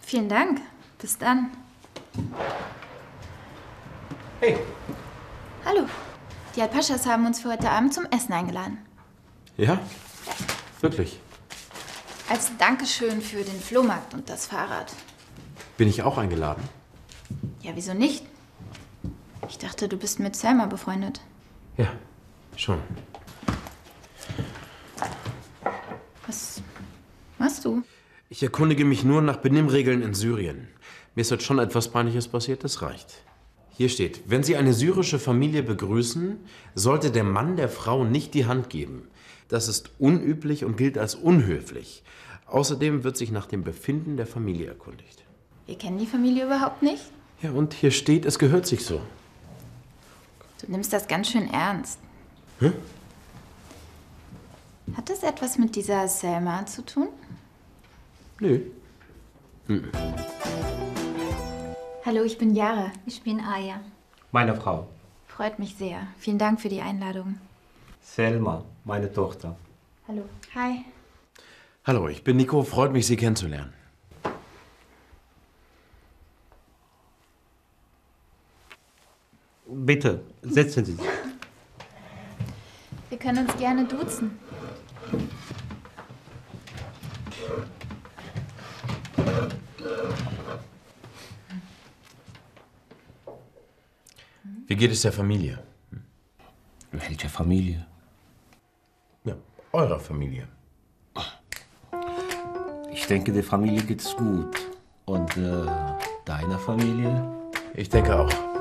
Vielen Dank. Bis dann. Hey, Hallo. Die Alpaschas haben uns für heute Abend zum Essen eingeladen. ja? Wirklich. Als Dankeschön für den Flohmarkt und das Fahrrad. Bin ich auch eingeladen? Ja, wieso nicht? Ich dachte, du bist mit Selma befreundet. Ja, schon. Was machst du? Ich erkundige mich nur nach Benimmregeln in Syrien. Mir ist heute schon etwas Peinliches passiert, das reicht. Hier steht, wenn Sie eine syrische Familie begrüßen, sollte der Mann der Frau nicht die Hand geben. Das ist unüblich und gilt als unhöflich. Außerdem wird sich nach dem Befinden der Familie erkundigt. Wir kennen die Familie überhaupt nicht. Ja, und hier steht, es gehört sich so. Du nimmst das ganz schön ernst. Hä? Hat das etwas mit dieser Selma zu tun? Nö. Hallo, ich bin Jara. Ich bin Aya. Meine Frau, Freut mich sehr. Vielen Dank für die Einladung. Selma, meine Tochter. Hallo. Hi. Hallo, ich bin Nico, freut mich, Sie kennenzulernen. Bitte, setzen Sie sich. Wir können uns gerne duzen. Wie geht es der Familie? Welche Familie? Ja, eurer Familie. Ich denke, der Familie geht's gut. Und äh, deiner Familie? Ich denke auch.